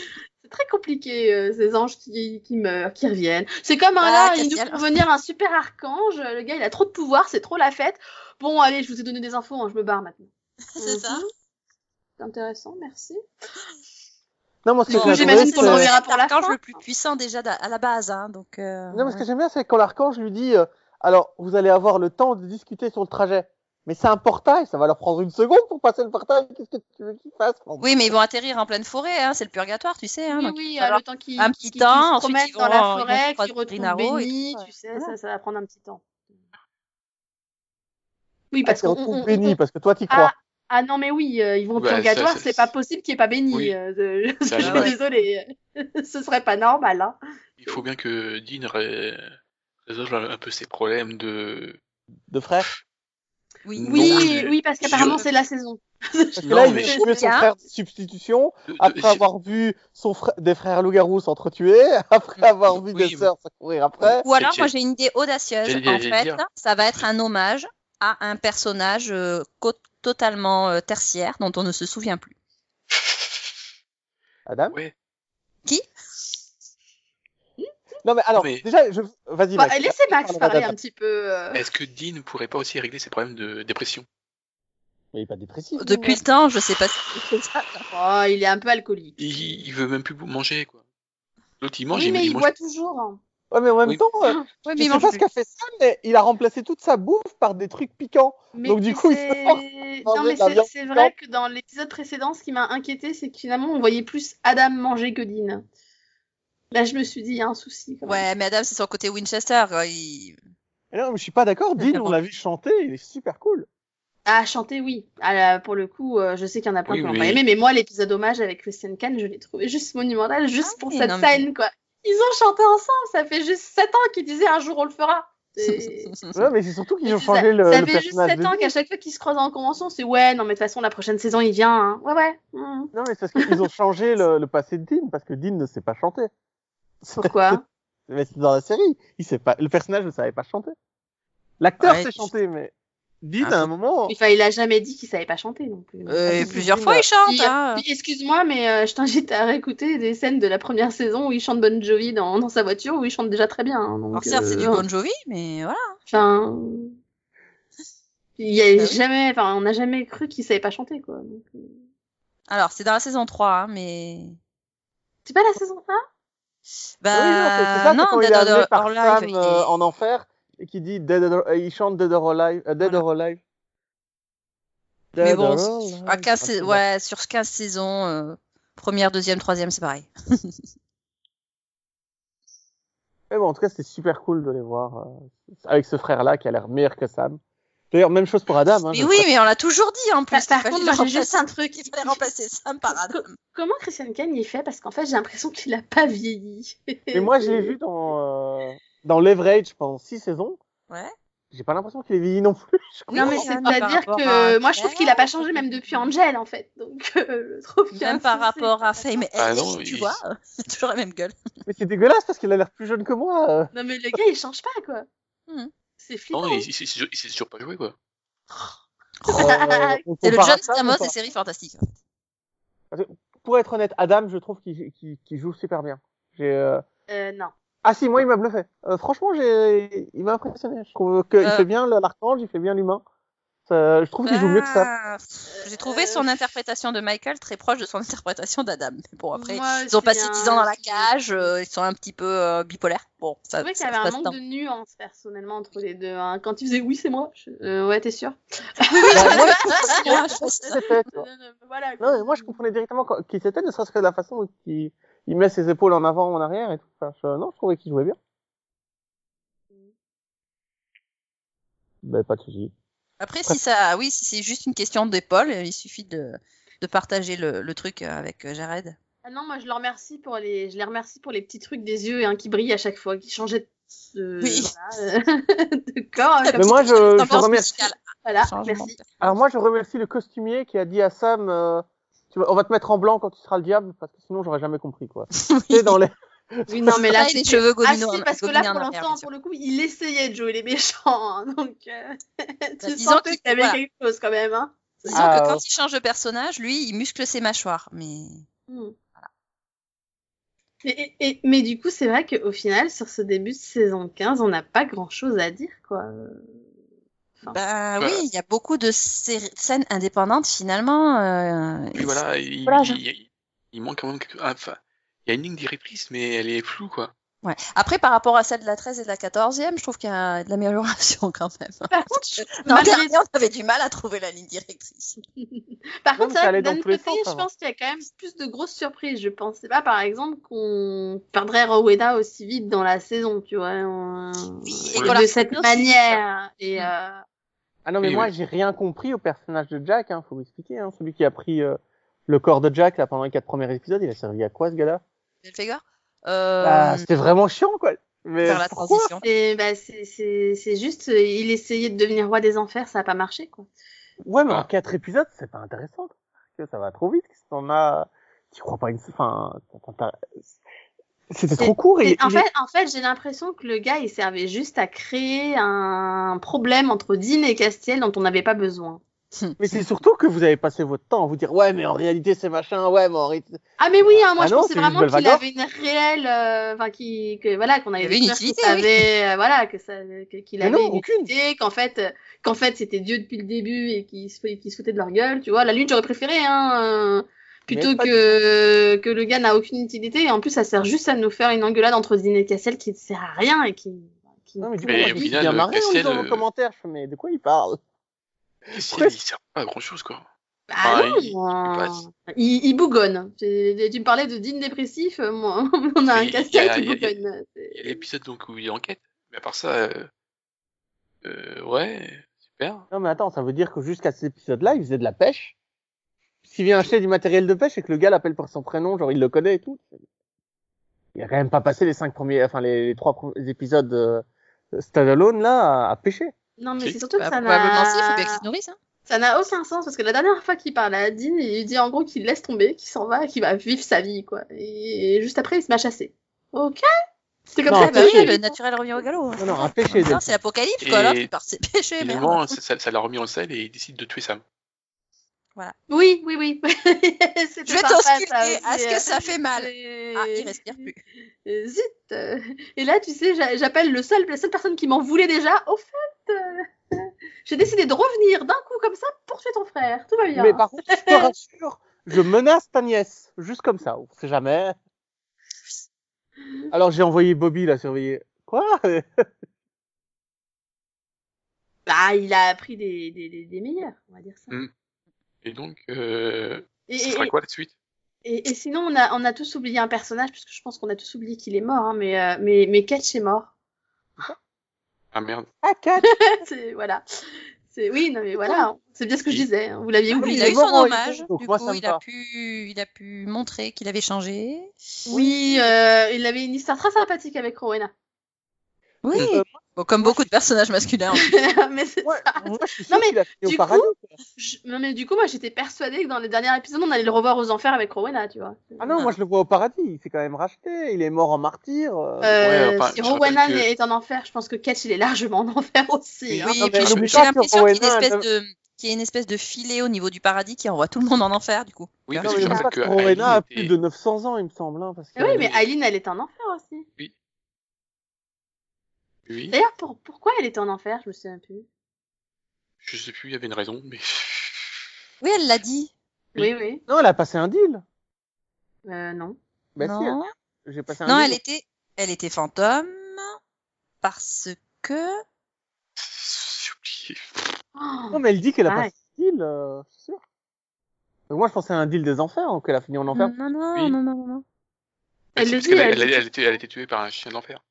c'est très compliqué euh, ces anges qui, qui meurent, qui reviennent. C'est comme un
Ah,
là, ils nous
Castiel.
font venir un super archange. Le gars, il a trop de pouvoir, c'est trop la fête. Bon, allez, je vous ai donné des infos, hein, je me barre maintenant. Mhm.
C'est ça.
C'est intéressant, merci.
Non, moi ce que
Bon,
j'ai
j'imagine
adoré,
qu'on
c'est- euh,
le reverra pour la
l'archange
fin.
le plus puissant déjà d'a- à la base, hein, donc. euh,
Non, mais ce que j'aime bien, c'est quand l'archange lui dit euh, Alors, vous allez avoir le temps de discuter sur le trajet. Mais c'est un portail, ça va leur prendre une seconde pour passer le portail. Qu'est-ce que tu veux qu'ils fassent Enfin,
Oui, mais ils vont atterrir en pleine forêt, hein, c'est le purgatoire, tu sais. Hein,
Oui,
donc il
oui,
va
euh,
falloir
le temps qu'ils
un
qu'ils-
petit
qu'ils
temps,
se
ensuite,
promènent
ils
dans la
vont- ils vont
forêt,
croiser
qu'ils retrouvent
Green Arrow et
Benny,
tout,
tu sais,
voilà.
ça, ça va prendre un petit temps. Oui, parce
ah,
qu'on
t'es retrouvé
on- on-
béni,
on-
parce que toi, t'y
Ah,
crois.
ah non, mais oui, euh, ils vont au
Ouais, Bah, ça,
purgatoire,
ça,
c'est
ça-
pas possible qu'il n'y ait pas béni.
Oui.
euh, je- (laughs) je
Ça,
suis
Ah ouais.
désolée, ce serait pas normal. Hein.
Il faut bien que Dean ré- résolve un peu ses problèmes de.
De frère.
Oui.
Non,
Oui,
mais-
oui, parce qu'apparemment
je-
c'est la saison.
Parce que
Non,
là, il
mais-
veut trouver son
Bien.
frère de substitution.
de- de-
Après avoir vu son frère, des frères loup-garou s'entretuer, (laughs) après avoir vu
Oui,
des
mais-
sœurs se courir après.
Ou alors,
j'ai-
moi, j'ai une idée audacieuse.
j'allais-
En
j'allais
fait,
dire.
ça va être un hommage à un personnage euh, co- totalement euh, tertiaire dont on ne se souvient plus.
Adam
Ouais.
Non, mais alors,
Mais-
déjà, je... vas-y,
Bah,
Max.
laissez Max
Parle
parler
d'Adam.
un petit peu. euh.
Est-ce que Dean ne pourrait pas aussi régler ses problèmes de dépression
Mais il est pas dépressif.
Depuis le temps, je sais pas si c'est ça.
Oh, il est un peu alcoolique.
il, il veut même plus manger, quoi. L'autre, il mange,
Oui,
il,
mais
il
il
mange.
boit toujours. hein.
Ouais, mais en même
Oui.
temps, euh,
Ouais,
je sais pas ce qu'a fait Sam, mais il a remplacé toute sa bouffe par des trucs piquants.
Mais
Donc, du
tu
coup, il
sais-
se
(laughs)
force
Non,
manger
mais
de la
c'est
viande
c'est vrai que dans l'épisode précédent, ce qui m'a inquiété, c'est que finalement on voyait plus Adam manger que Dean. Là, je me suis dit, il y a un souci. quand même.
Ouais, mais Adam, c'est son côté Winchester. quoi, il-
Mais non, mais je suis pas d'accord. Dean, on l'a vu chanter, il est super cool.
Ah, chanter, oui. Ah, là, pour le coup, euh, je sais qu'il y en a plein
Oui,
qui l'ont
oui.
pas aimé, mais moi, l'épisode hommage avec Christian Kahn, je l'ai trouvé juste monumental, juste
Ah
pour
oui,
cette
non, mais-
scène, quoi. Ils ont chanté ensemble, ça fait juste 7 ans qu'ils disaient un jour on le fera.
(laughs)
C'est-
Ouais, mais c'est surtout qu'ils ont
Ça-
changé le,
ça
le
fait juste
personnage
7
de
ans
Dean.
qu'à chaque fois qu'ils se croisent en convention, c'est ouais, non, mais de toute façon, la prochaine saison, il vient. hein. Ouais, ouais. hmm.
Non, mais c'est parce qu'ils ont changé le, le passé de Dean, parce que Dean ne sait pas chanter.
Pourquoi
mais c'est dans la série. Il sait pas, le personnage ne savait pas chanter. L'acteur
Ouais,
sait
tu-
chanter, mais dites
Ah,
à un moment.
Enfin, il a jamais dit qu'il savait pas chanter non plus.
Euh, et
si,
plusieurs
si,
fois,
bah,
il chante.
Puis,
hein.
puis excuse-moi, mais euh, je t'invite à réécouter des scènes de la première saison où il chante Bon Jovi dans, dans sa voiture, où il chante déjà très bien. hein, donc,
Alors certes, c'est du
euh,
Bon Jovi, mais voilà.
Enfin, il y a
Ah oui.
jamais, enfin, on n'a jamais cru qu'il savait pas chanter quoi. Donc, euh,
Alors, c'est dans la saison 3, hein, mais...
C'est pas la saison 1
Oui, non, c'est- c'est
Bah,
ça, c'est
non,
quand il
Dead
est
or-
amené par
or
Sam
Alive,
euh,
il est-
en enfer et qui dit Dead or- euh, il chante Dead or Alive. euh, Dead
Voilà.
or Alive.
Mais
Dead
bon,
or
c'est-
Alive.
à 15 sais-
Ah,
ouais, sur 15 saisons, euh, première, deuxième, troisième, c'est pareil.
Ah, Mais bon, en tout cas, c'était super cool de les voir euh, avec ce frère-là qui a l'air meilleur que Sam. D'ailleurs, même chose pour Adam. Hein,
mais
je
oui,
crois.
mais on l'a toujours dit en plus.
Par- par
qu'il
contre,
fallait
moi, j'ai juste
remplacer-
un truc.
(laughs) qu'il fallait remplacer Sam par Adam.
Comment Christian Kane y fait Parce qu'en fait, j'ai l'impression qu'il a pas vieilli.
Et moi, je l'ai vu dans euh, dans Leverage pendant six saisons.
Ouais.
J'ai pas l'impression qu'il est vieilli non plus. je crois.
Non, mais
Oui,
c'est
même
à
par
dire
rapport
que
à euh,
moi, je trouve qu'il a pas changé même depuis Angel en fait. Donc, euh, je trouve qu'il y a
Même
un
par
souci.
rapport à Fame et
Ah
Ellie,
non,
tu
il-
vois, il a toujours la même gueule.
Mais c'est dégueulasse parce qu'il a l'air plus jeune que moi.
(laughs)
euh.
Non, mais le gars, il change pas Hmm. quoi.
Mhm.
C'est flippant.
Non, il, il, s'est sur- il s'est toujours pas joué, quoi.
Euh, on
(laughs) C'est le
compare
John
à Sam
Stamos
ou pas
des séries fantastiques. hein.
Pour être honnête, Adam, je trouve qu'il qu'il- qu'il joue super bien. J'ai euh,
Euh, non.
Ah si, moi il m'a bluffé. Euh, franchement, j'ai, il m'a impressionné. Je trouve qu'il
Euh.
fait bien le- l'archange, il fait bien l'humain. Ça- Je trouve qu'il joue mieux que ça.
Ah, pff, J'ai trouvé son interprétation de Michael très proche de son (laughs) interprétation d'Adam. Mais bon, après,
Moi,
ils ont
c'est
passé
un-
10 ans dans la
c'est-
cage, euh, ils sont un petit peu euh, bipolaires. Bon,
Je
ça,
trouvais qu'il y
ça
avait un
passe
manque
dans-
de nuance personnellement entre les deux. hein. Quand il faisait oui, c'est moi. je- euh, ouais, t'es sûr
Alors, moi,
Ah, Bah, je pense que-
c'était, tu vois.
Voilà.
Non, mais moi
euh,
je comprenais directement quand- qui c'était, ne serait-ce que de la façon dont il... il met ses épaules en avant, en arrière et tout. Enfin, je- Non, je trouvais qu'il jouait bien. Mm. Ben pas de souci.
Après, si ça, oui, si c'est juste une question d'épaule, il suffit de, de partager le, le truc avec euh, Jared.
Ah non, moi je les remercie pour les, je les remercie pour les petits trucs des yeux hein, qui brillent à chaque fois, qui changeaient de,
Oui.
voilà, euh, (laughs) de corps. hein, comme
Mais
ça.
moi je, je
Tendance
remercie.
musicale.
Voilà,
Changement
merci.
de-
Alors moi je remercie le costumier qui a dit à Sam, euh, tu vois, on va te mettre en blanc quand tu seras le diable parce que sinon j'aurais jamais compris (laughs) quoi. tu sais, dans les
Oui, non, mais
Là,
là,
il a les
c'était-
cheveux
Ah
gominaux
si,
en-
parce que
gominés
là,
hein, en
pour
arrière,
l'instant,
bien sûr.
pour le coup, il essayait de jouer les méchants. hein, (laughs) donc, euh, tu
disons
sentais
qu'il-
qu'il y avait
voilà.
quelque chose quand même. Hein.
Disons
Ah,
que
ouais.
quand il change de personnage, lui, il muscle ses mâchoires. Mais
Hmm. Et- et- et- mais du coup, c'est vrai qu'au final, sur ce début de saison 15, on n'a pas grand-chose à dire, quoi.
bah
Bah.
Voilà.
oui, il y a beaucoup de sé- scènes indépendantes finalement. euh,
Puis
et-
voilà, il,
Voilà,
il, il- il manque quand même quelque... ah, Enfin, il y a une ligne directrice, mais elle est floue, quoi.
ouais. Après, par rapport à celle de la 13 et de la 14e, je trouve qu'il y a de l'amélioration quand même.
Par contre,
L'an
malgré-
dernier, on avait du mal à trouver la ligne directrice.
Par
Non,
contre,
mais
c'est
ça
vrai
allait
que d'un
dans
autre
tous les
côté,
sens, hein.
je
avant.
pense qu'il y a quand même plus de grosses surprises. Je pensais pas, par exemple, qu'on perdrait Rowena aussi vite dans la saison, tu vois. on-
Oui,
et
et
qu'on
la
de cette
reconnaisse.
manière. Et
Mm.
euh,
Ah non, mais
Oui,
moi,
oui.
j'ai rien compris au personnage de Jack, hein, faut vous expliquer. Hein, celui qui a pris euh, le corps de Jack là, pendant les quatre premiers épisodes, il a servi à quoi ce gars-là
Belphégor euh,
Bah, C'était vraiment chiant, quoi. Mais
faire la
pourquoi
transition.
c'est bah, c'est- c'est- c'est juste, euh, il essayait de devenir roi des enfers, ça n'a pas marché, quoi.
Ouais, mais en
Ah.
quatre épisodes, c'est pas intéressant. quoi. Parce que ça va trop vite. Qu'est-ce qu'on a Tu crois pas une. Enfin, t'as- t'as- c'était
C'est-
trop court.
Mais
Et,
en,
il est-
fait, en fait, j'ai l'impression que le gars, il servait juste à créer un problème entre Dean et Castiel dont on n'avait pas besoin.
Mais c'est surtout que vous avez passé votre temps à vous dire ouais, mais en réalité, c'est machin. Ouais, mais en réalité.
Ah mais oui, hein, moi
Ah
je
non,
pensais
c'est juste
vraiment qu'il
Belvagor.
avait une réelle, euh, enfin qui, que voilà, qu'on avait
Il avait une
découvert
utilité,
que ça
oui.
avait, euh, voilà, que ça, que- qu'il
Mais
avait
non,
une
aucune.
utilité, qu'en fait, euh, qu'en fait c'était Dieu depuis le début et qu'il se, qu'il se foutait de leur gueule, tu vois. La lune j'aurais préféré, hein, euh, plutôt
Mais pas
que que le gars n'a aucune utilité. Et en plus, ça sert juste à nous faire une engueulade entre Zine et Cassel qui ne sert à rien et qui. qui...
Non, mais du coup,
Mais
moi,
au
je me suis
final,
bien
le
marré en lisant
Castiel,
vos
euh,
commentaires. Je fais, mais de quoi il parle
Et si,
Pourquoi
il sert pas à grand-chose, quoi.
Bah
Ah,
non,
il- il
euh,
passe.
il, il bougonne. Tu, tu me parlais de Dean dépressif, euh, moi, (laughs) on a
Il
un
y a-
Castiel qui
il y a- il y a-
bougonne. C'est-
Il y a l'épisode donc où il enquête, mais à part ça, euh... euh, ouais, super.
Non mais attends, ça veut dire que jusqu'à cet épisode-là, il faisait de la pêche. S'il vient acheter du matériel de pêche et que le gars l'appelle par son prénom, genre il le connaît et tout. Il a quand même pas passé les cinq premiers, enfin les, les trois premiers épisodes euh, standalone là à, à pêcher.
Non, mais
Si.
c'est surtout que
Bah,
ça
probablement si, il faut
n'a
bien qu'ils se nourrissent. hein.
ça n'a aucun sens parce que la dernière fois qu'il parle à Dean, il lui dit en gros qu'il laisse tomber, qu'il s'en va, qu'il va vivre sa vie quoi. Et juste après, il se met à chasser. Ok. C'est comme
Non,
ça.
Ah bah
péché.
oui, le naturel revient au galop.
Non, non, un péché.
Non,
Delphine.
c'est l'apocalypse, quoi. Alors
Et-
tu pars, (laughs) c'est péché, merde.
Finalement, ça, ça- ça l'a remis en selle et il décide de tuer Sam.
Oui, oui, oui. (laughs)
Je vais euh, t'ausculter. Est-ce que
hein.
ça fait mal Ah, il respire plus.
Euh, Zut euh, Et là, tu sais, j'a- j'appelle le seul, la seule personne qui m'en voulait déjà. Au fait, euh, j'ai décidé de revenir d'un coup comme ça pour tuer ton frère. Tout va bien.
Mais par contre, je te rassure, je menace ta nièce. Juste comme ça, on sait jamais. Alors j'ai envoyé Bobby la surveiller. Quoi
Bah, il a appris des, des, des, des meilleurs, on va dire ça.
Mm. Et donc, euh,
Et,
ça
et-
sera quoi la suite
et- et sinon, on a, on a tous oublié un personnage, parce que je pense qu'on a tous oublié qu'il est mort, hein, mais, euh, mais, mais Ketch est mort. (laughs)
Ah merde.
Ah, Kat
C'est- voilà. C'est, oui, non, mais voilà, c'est bien ce que je disais, hein, vous l'aviez
Ah oui,
oublié.
il a eu
mort
son
en
hommage.
Russie, donc
Du
moi,
coup,
ça me
il a,
va.
pu, il a pu montrer qu'il avait changé.
Oui, euh, il avait une histoire très sympathique avec Rowena. (laughs)
Oui.
Euh,
Bon, comme beaucoup de personnages masculins.
mais c'est
moi,
ça.
moi, je suis
Non,
sûr
mais
qu'il a fini
du
au paradis.
Je- Non, mais du coup, moi, j'étais persuadée que dans les derniers épisodes, on allait le revoir aux enfers avec Rowena, tu vois.
Ah non, moi je le vois au paradis. Il s'est quand même racheté. Il est mort en martyr.
Euh,
euh.
Ouais, enfin,
si
je rappelle
Rowena
que-
est en enfer, je pense que Ketch, il est largement en enfer aussi.
Oui,
hein.
non,
et
mais
puis j'ai
n'oublie
j'ai
pas que
l'impression qu'il y a une
Rowena,
espèce
elle-
de qu'il y a une espèce de filet au niveau du paradis qui envoie tout le monde en enfer du coup.
Oui,
Non,
Non,
parce que
mais
je
je
rappelle
crois
que
que Rowena a
Aileen
plus
était-
de 900 ans, il me semble. Hein, parce que...
Ah Oui, mais Aileen, elle était en enfer aussi.
Oui,
D'ailleurs, pour- pourquoi elle était en enfer Je me souviens plus.
je sais plus, il y avait une raison, mais. (laughs)
Oui, elle l'a dit.
Oui, oui.
Non, elle a passé un deal.
Euh, non.
Bah si,
non,
j'ai passé un
non,
deal.
elle était elle était fantôme parce que
J'ai oublié.
Oh,
Non, mais elle dit qu'elle a
Ah,
passé un deal, euh, je suis sûr. Donc moi, je pensais à un deal des enfers, donc elle a fini en enfer.
non non
Oui.
non non non. non.
Mais
Elle
c'est
le
parce
dit,
qu'elle
elle
elle,
dit.
elle était, elle était tuée par un chien d'enfer.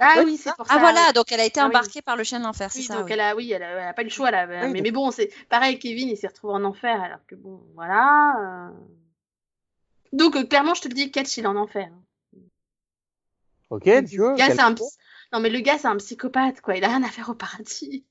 Ah
Ouais,
oui, c'est pour ça.
Ah voilà, donc elle a été
Ah oui.
embarquée par le chien de l'enfer, c'est
Oui,
ça.
donc
oui.
elle a, oui, elle a, elle a pas eu le choix là.
Oui,
mais,
donc-
mais bon, c'est pareil, Kevin, il s'est retrouvé en enfer, alors que bon, voilà. euh. Donc euh, clairement, je te le dis, Ketch, il est en enfer.
Ok, Dieu.
le gars,
quel-
c'est un psy- Non, mais le gars, c'est un psychopathe, quoi. Il a rien à faire au paradis.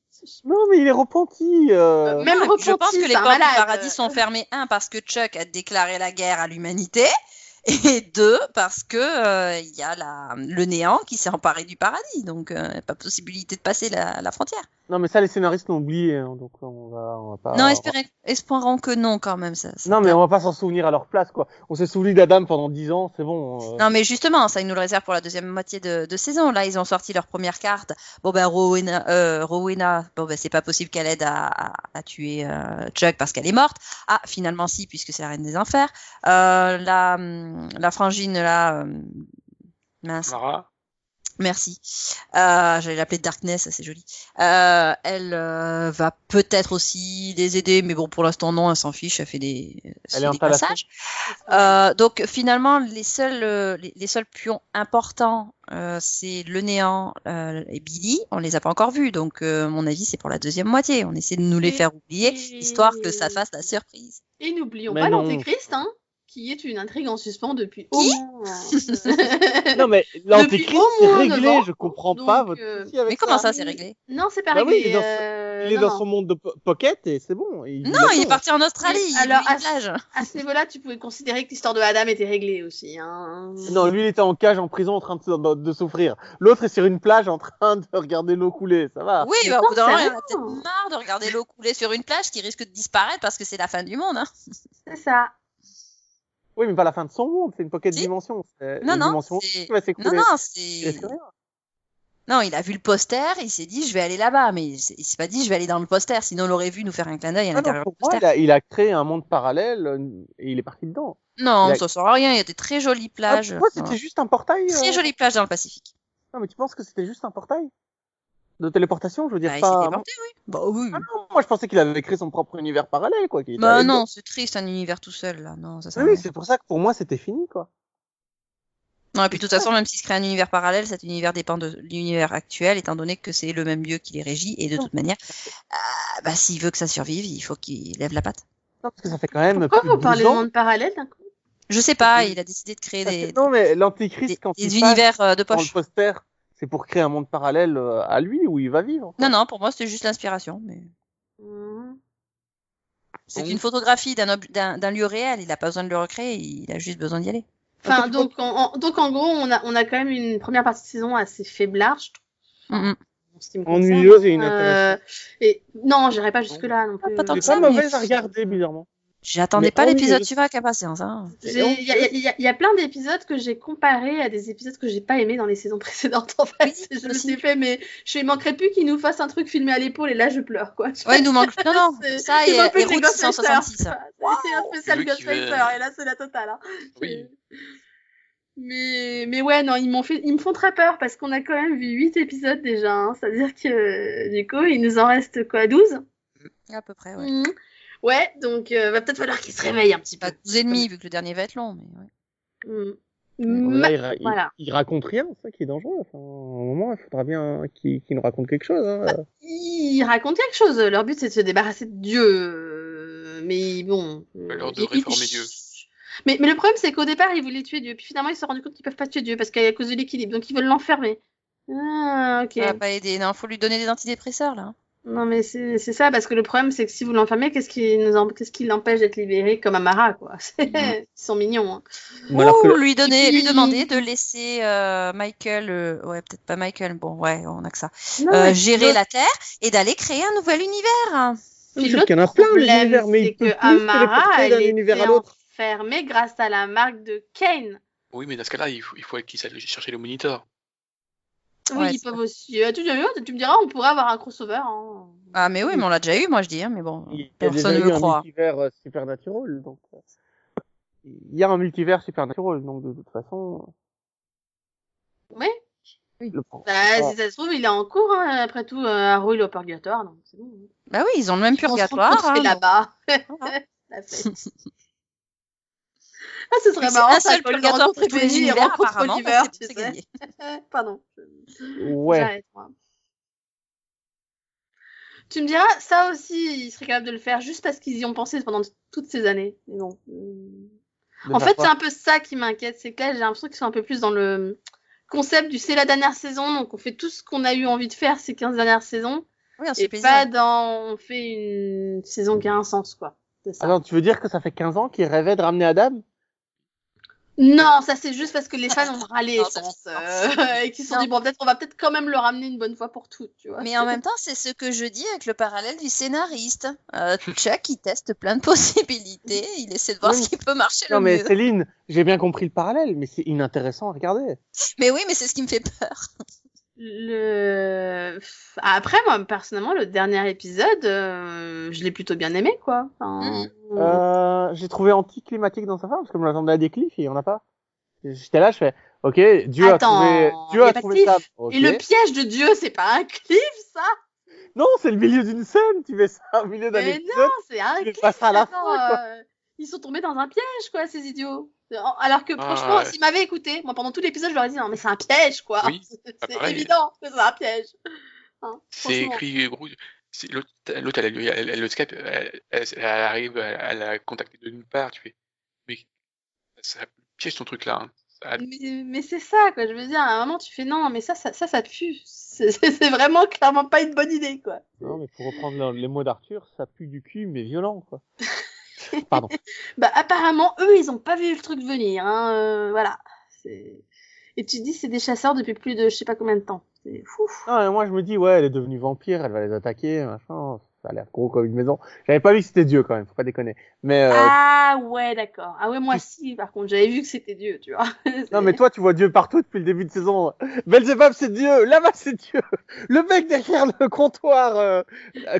Non, mais il est repenti. euh.
Même repenti,
Je pense que les
c'est un
portes du
malade.
paradis sont fermées un parce que Chuck a déclaré la guerre à l'humanité (laughs) et deux parce que euh, il y a la, le néant qui s'est emparé du paradis, donc euh, pas possibilité de passer la, la frontière.
Non, mais ça, les scénaristes l'ont oublié, hein, donc on va, on va pas.
Non, espérez- espérons que non quand même. Ça, ça-
Non, mais on va pas s'en souvenir à leur place, quoi. On s'est souvenu d'Adam pendant 10 ans, c'est bon. euh.
Non, mais justement, ça, ils nous le réservent pour la deuxième moitié de, de saison. Là, ils ont sorti leur première carte. Bon, ben, Rowena, euh, Rowena bon, ben, c'est pas possible qu'elle aide à, à, à tuer euh, Chuck parce qu'elle est morte. Ah, finalement, si, puisque c'est la reine des enfers. Euh, la, hum, la frangine, là, hum, mince,
Mara,
merci. Euh, J'allais l'appeler Darkness, c'est joli. Euh, elle euh, va peut-être aussi les aider, mais bon, pour l'instant, non, elle s'en fiche, elle fait des,
Elle
elle fait
est
des
un peu à la
passages. Euh, donc finalement, les seuls, euh, les, les seuls pions importants, euh, c'est le néant euh, et Billy. On les a pas encore vus, donc euh, à mon avis, c'est pour la deuxième moitié. On essaie de nous les
Et-
faire oublier,
et-
histoire que ça fasse la surprise.
Et n'oublions
Mais
pas
non.
l'Antéchrist, hein, qui est une intrigue en suspens depuis
Qui
au euh, moins.
Non, mais l'antéchrist,
au
c'est
moins
réglé,
neuf ans,
je comprends
donc,
pas votre
euh,
souci avec
Mais comment
ça
ça, c'est réglé
(laughs) non, c'est pas
Bah oui,
réglé.
il est dans son-
euh,
Il est
non,
dans
non.
son monde de po- pocket et c'est bon. il vit
Non, il est
là-dedans.
parti en Australie. il
alors,
voulait une
à-
plage.
À ce niveau-là, tu pouvais considérer que l'histoire de Adam était réglée aussi. Hein.
Non, lui, il était en cage, en prison, en train de, se- de souffrir. L'autre est sur une plage, en train de regarder l'eau couler. Ça va.
oui, bah, au bout d'un moment, il y en a
forcément.
peut-être marre de regarder l'eau couler sur une plage qui risque de disparaître parce que c'est la fin du monde. hein.
C'est ça.
Oui, mais pas la fin de son monde. C'est une pocket
Si.
dimension. c'est-
Non,
une
non,
dimension
c'est-
qui va s'écouler.
non, non,
Il reste
c'est.
rien.
Non, il a vu le poster, il s'est dit je vais aller là-bas, mais il s'est il s'est pas dit je vais aller dans le poster, sinon on l'aurait vu nous faire un clin d'œil à
Ah non,
l'intérieur
pour
du
moi,
poster.
il a, il a créé un monde parallèle euh, et il est parti dedans.
Non,
il a-
ça sert à rien, il y a des très jolies
Ah,
plages.
pour moi,
Voilà.
c'était juste un portail. euh.
Très jolies plages dans le Pacifique.
Non, mais tu penses que c'était juste un portail de téléportation Je veux dire,
Bah, il s'est
pas.
déporté, oui. Bah oui.
Ah non, moi, je pensais qu'il avait créé son propre univers parallèle, quoi. qu'il était
Bah
allé
non, c'est triste un univers tout seul là. Non, ça sert
dedans.
à
Oui,
rien.
c'est pour ça que pour moi, c'était fini, quoi.
Non, et puis de toute façon, même s'il se crée un univers parallèle, cet univers dépend de l'univers actuel, étant donné que c'est le même lieu qui les régit, et de toute manière, ah, bah s'il veut que ça survive, il faut qu'il lève la patte.
Non, parce que ça fait quand même.
Pourquoi
plus de
vous parlez
12
de
ans
monde parallèle d'un coup
Je sais pas, il a décidé de créer
Parce que-
des,
Non, mais
des-
l'Antéchrist, quand
des
il passe
univers euh, de
dans le
poche.
poster, c'est pour créer un monde parallèle euh, à lui où il va vivre.
Non, non, pour moi c'était juste l'inspiration, mais.
Mhm.
C'est
Oui.
une photographie d'un ob- d'un d'un lieu réel. Il n'a pas besoin de le recréer. Il a juste besoin d'y aller.
Enfin, donc, en, en- donc en gros, on a, on a quand même une première partie de saison assez faiblarde, je trouve.
Mhm.
en ce qui me concerne.
Ennuyeuse et inintéressante.
Euh, et non, j'irai pas jusque là non plus.
Ah, Pas tant
C'est
que ça,
pas
mais-
mauvaise à regarder, bizarrement.
J'attendais
Mais
pas
horrible.
l'épisode suivant avec impatience. Hein.
J'ai- Il y, a- il y a- il y a plein d'épisodes que j'ai comparés à des épisodes que j'ai pas aimés dans les saisons (laughs) précédentes. En fait,
Oui,
je me
aussi.
suis fait, mais je manquerais plus qu'ils nous fassent un truc filmé à l'épaule et là je pleure (laughs) quoi.
Ouais, il nous manque. Non, non,
C'est-
ça
il
et,
manque plus
et
que des
Route
Ghostfacers.
666. hein.
C'est un spécial
Lui qui
Ghostfacer
veut-
et là c'est la totale. hein.
Oui.
Mais, mais ouais, non, ils m'ont fait, ils me font très peur parce qu'on a quand même vu 8 épisodes déjà. hein. C'est-à-dire que euh, du coup, il nous en reste quoi, 12
À peu près, ouais.
Mhm. Ouais, donc euh, va peut-être falloir qu'ils se réveillent un petit peu.
Bah, 12 et demi, vu que le dernier va être long. Mais ouais.
Mhm.
Là,
Ma-
il, ra- il-
Voilà.
il raconte rien, c'est ça qui est dangereux. Enfin, à un moment, il faudra bien qu'il qu'il nous raconte quelque chose. hein.
Bah, Ils racontent quelque chose. Leur but, c'est de se débarrasser de Dieu. Euh, Mais bon. euh,
Alors, de
ils- ils-
réformer Dieu.
Mais, mais le problème, c'est qu'au départ, ils voulaient tuer Dieu. Puis finalement, ils se sont rendus compte qu'ils peuvent pas tuer Dieu parce qu'à cause de l'équilibre. Donc, ils veulent l'enfermer. Ah, ok.
Ça va pas bah, aider. Non, faut lui donner des antidépresseurs, là.
Non, mais c'est c'est ça, parce que le problème, c'est que si vous l'enfermez, qu'est-ce qui nous en- qu'est-ce qui l'empêche d'être libéré comme Amara, quoi. (laughs) C'est-
Mhm.
Ils sont mignons. hein.
Mais alors que
Ouh,
le-
lui donner, lui
Puis-
demander de laisser euh, Michael, euh, ouais, peut-être pas Michael, bon, ouais, on a que ça,
Non,
euh,
mais
gérer
l'autre-
la Terre et d'aller créer un nouvel univers. hein.
puis
Sauf qu'il y en a
l'autre
plein, les
problème,
univers, mais
c'est
il peut
que
plus se
Amara,
téléporter
elle
d'un univers à
était
l'autre.
enfermée grâce à la marque de Kane.
Oui, mais dans ce cas-là, il faut, il faut qu'ils aillent chercher le moniteur.
Oui,
Ouais,
ils
c'est
peuvent aussi. euh, Tu, tu- tu me diras, on pourrait avoir un crossover. hein.
Ah, mais oui, mais on l'a déjà eu, moi je dis, hein, mais bon,
Il y a
personne
déjà
ne
eu
le
un
croit.
multivers euh, supernatural, donc euh, il y a un multivers supernatural, donc de toute façon. euh.
Ouais.
Oui.
Le pro-
Bah,
Ah.
si ça se trouve, il est en cours. hein. Après tout, euh, Haru, il est au purgatoire. Donc c'est bon.
Bah oui, ils ont le même
On se
purgatoire.
retrouve
hein, donc-
là-bas.
Voilà.
(laughs) La fête.
(laughs)
ah, ce serait
C'est
marrant.
un
ça,
seul
quand ils
purgatoire pour
rencontrent
tous les
Penny, ils
univers,
rencontrent
apparemment. donc
Oliver,
c'est-
tu
c'est
sais.
gagné.
Euh, Pardon.
Ah, Ouais.
J'arrête, moi. Tu me diras, ça aussi, ils seraient capables de le faire juste parce qu'ils y ont pensé pendant toutes ces années. Mais bon. hum.
de
En
faire
fait,
quoi.
c'est un peu ça qui m'inquiète. C'est que là, j'ai l'impression qu'ils sont un peu plus dans le concept du c'est la dernière saison. Donc, on fait tout ce qu'on a eu envie de faire ces 15 dernières saisons.
Oui, on se
Et
fait plaisir.
pas dans on fait une saison qui a un sens, quoi. C'est ça.
Attends, tu veux dire que ça fait 15 ans qu'il rêvait de ramener Adam
Non, ça c'est juste parce que les fans ont râlé,
Non,
je
ça,
pense, euh,
c'est-
(laughs) et qu'ils se sont
Non.
dit bon peut-être on va peut-être quand même le ramener une bonne fois pour toutes, tu vois.
Mais en même temps, c'est ce que je dis avec le parallèle du scénariste. Euh, Chuck, il teste plein de (laughs) possibilités, il essaie de voir
Oui.
ce qui peut marcher
Non,
le
mais
mieux.
Céline, j'ai bien compris le parallèle, mais c'est inintéressant à regarder.
Mais oui, mais c'est ce qui me fait peur.
Le... Pff, Après moi personnellement le dernier épisode, euh, je l'ai plutôt bien aimé quoi. Enfin,
Mhm.
euh,
Euh, j'ai trouvé anticlimatique dans sa fin, parce que je m'attendais à des cliffs et il y en a pas. J'étais là, je fais, ok, Dieu
Attends,
a trouvé,
il
Dieu
y a
a
pas de
trouvé
cliff.
ça. Ok.
Et le piège de Dieu c'est pas un cliff ça,
Non, c'est le milieu d'une scène, tu mets ça au milieu d'un
Mais non,
épisode.
c'est un
Tu les
cliff.
passeras à la
attends, euh, ils sont tombés dans un piège quoi ces idiots. Alors que
Ah,
franchement
ouais.
s'ils m'avaient écouté, moi pendant tout l'épisode je leur ai dit non mais c'est un piège quoi. (laughs)
Oui, bah,
c'est
pareil.
évident que c'est un piège. Hein,
C'est
franchement.
écrit euh, gros. c'est L'autre, l'autre, elle, elle, elle- elle le Skype, elle, elle- elle arrive, elle, elle a contacté de nulle part, tu fais. Mais ça piège ton truc là. hein. Ça-
Mais, mais c'est ça, quoi. Je veux dire, à un moment, tu fais non, mais ça, ça, ça, ça pue. (laughs) C'est- C'est c'est vraiment clairement pas une bonne idée, quoi.
Non, mais pour reprendre le- les mots d'Arthur, ça pue du cul, mais violent, quoi. Pardon.
Bah, apparemment, eux, ils ont pas vu le truc venir, hein. euh, voilà. C'est- Et tu te dis, c'est des chasseurs depuis plus de je sais pas combien de temps. C'est fou.
Non, mais moi, je me dis, ouais, elle est devenue vampire, elle va les attaquer, machin. Ça a l'air gros comme une maison. J'avais pas vu que c'était Dieu, quand même, faut pas déconner. Mais, euh,
Ah ouais, d'accord. Ah ouais, moi, si, par contre, j'avais vu que c'était Dieu, tu vois. (laughs) C'est-
non, mais toi, tu vois Dieu partout depuis le début de saison. Belzebub, c'est Dieu. Là-bas, c'est Dieu. Le mec derrière le comptoir, euh,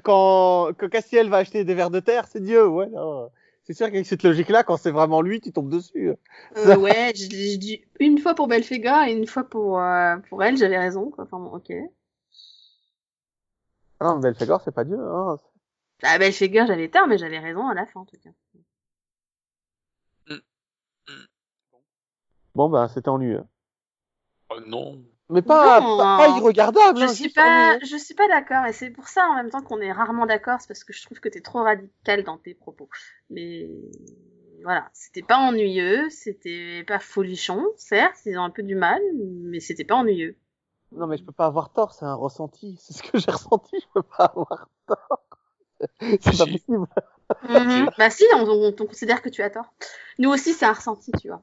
quand, quand Cassiel va acheter des vers de terre, c'est Dieu. Ouais, non. C'est sûr qu'avec cette logique-là, quand c'est vraiment lui, tu tombes dessus.
Euh, ouais, je l'ai je dis une fois pour Belphégor et une fois pour, euh, pour elle, j'avais raison, quoi. Enfin, bon, ok.
Ah Non, Belphégor, c'est pas Dieu, hein.
Ah, Belphégor, j'avais tort, mais j'avais raison à la fin, en tout cas.
Bon, ben, c'était ennuyeux.
Oh non.
Mais pas,
Non.
pas, pas irregardable.
Je
hein,
suis
juste
pas,
ennuyeux.
je suis pas d'accord, et c'est pour ça en même temps qu'on est rarement d'accord, c'est parce que je trouve que t'es trop radical dans tes propos. Mais voilà, c'était pas ennuyeux, c'était pas folichon, certes, ils ont un peu du mal, mais c'était pas ennuyeux.
Non, mais je peux pas avoir tort, c'est un ressenti. C'est ce que j'ai ressenti, je peux pas avoir tort. (laughs) C'est pas
Si.
possible.
Mhm. bah si, on, on- on considère que tu as tort. Nous aussi, c'est un ressenti, tu vois.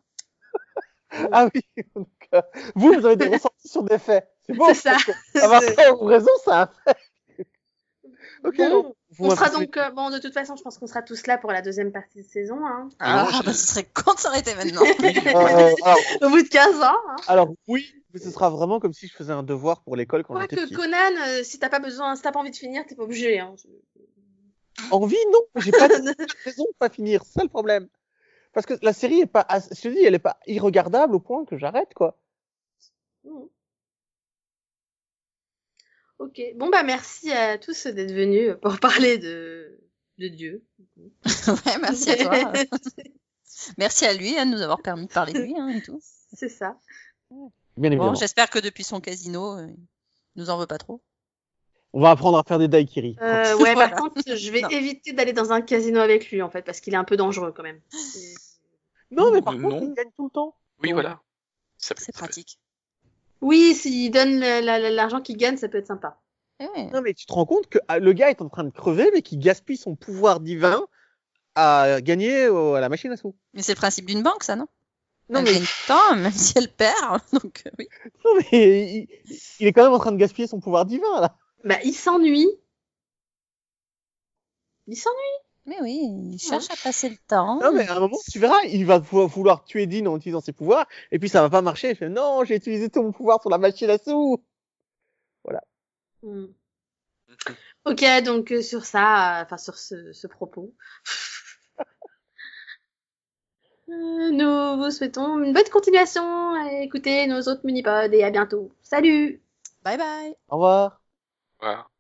Ah oui, (laughs) donc, euh, vous, vous avez des ressentis sur des faits. C'est bon.
C'est ça.
parce que Avoir
C'est-
tort ou raison, c'est un fait. ok.
Bon,
donc, vous
On sera
m'avez-
donc, euh, bon, de toute façon, je pense qu'on sera tous là pour la deuxième partie de saison, hein.
Ah,
Ah non, je-
bah, ce serait con de s'arrêter
(laughs)
maintenant.
Euh, euh, alors,
Au bout de 15 ans, hein.
alors, oui, mais ce sera vraiment comme si je faisais un devoir pour l'école quand
Quoi
j'étais
que
petit.
Conan, euh, si t'as pas besoin, si t'as pas envie de finir, t'es pas obligé, hein.
Envie, non, j'ai pas de
(laughs)
raison de pas finir, c'est ça le problème. Parce que la série est pas, ass- je te dis, elle est pas irregardable au point que j'arrête quoi.
Mm. Ok, bon bah merci à tous d'être venus euh, pour (laughs) parler de, de Dieu.
ouais, merci à toi. Merci à lui hein, de nous avoir permis de parler de lui hein, et tout.
(laughs) C'est ça.
Bien évidemment.
Bon, j'espère que depuis son casino, euh, il nous en veut pas trop.
On va apprendre à faire des daiquiris.
Euh, ouais,
Voilà.
par contre, je vais
Non.
éviter d'aller dans un casino avec lui en fait, parce qu'il est un peu dangereux quand
(laughs)
même. Et-
Non, mais par
Euh,
contre,
non.
ils gagnent tout le temps.
Oui, voilà. Ça peut-
C'est
ça peut-
pratique.
Oui, s'il donne le- la- la- l'argent qu'il gagne, ça peut être sympa.
Eh ouais.
Non, mais tu te rends compte que ah, le gars est en train de crever, mais qui gaspille son pouvoir divin à gagner euh, à la machine à sous.
Mais c'est le principe d'une banque, ça, non
Non,
Elle
mais-
gagne du temps, même si elle perd. (laughs) Donc, euh, oui.
Non, mais il, il est quand même en train de gaspiller son pouvoir divin là.
Bah, il s'ennuie. Il s'ennuie.
Mais oui, il cherche à passer le temps.
Non, mais à un moment, tu verras, il va vou- vouloir tuer Dean en utilisant ses pouvoirs, et puis ça va pas marcher. Il fait non, j'ai utilisé tout mon pouvoir sur la machine à sous.
Mm. Ok, donc euh, sur ça, euh, enfin sur ce, ce propos, (laughs) euh, nous vous souhaitons une bonne continuation. et Écoutez nos autres minipods et à bientôt. Salut
Bye bye.
Au revoir.
Voilà.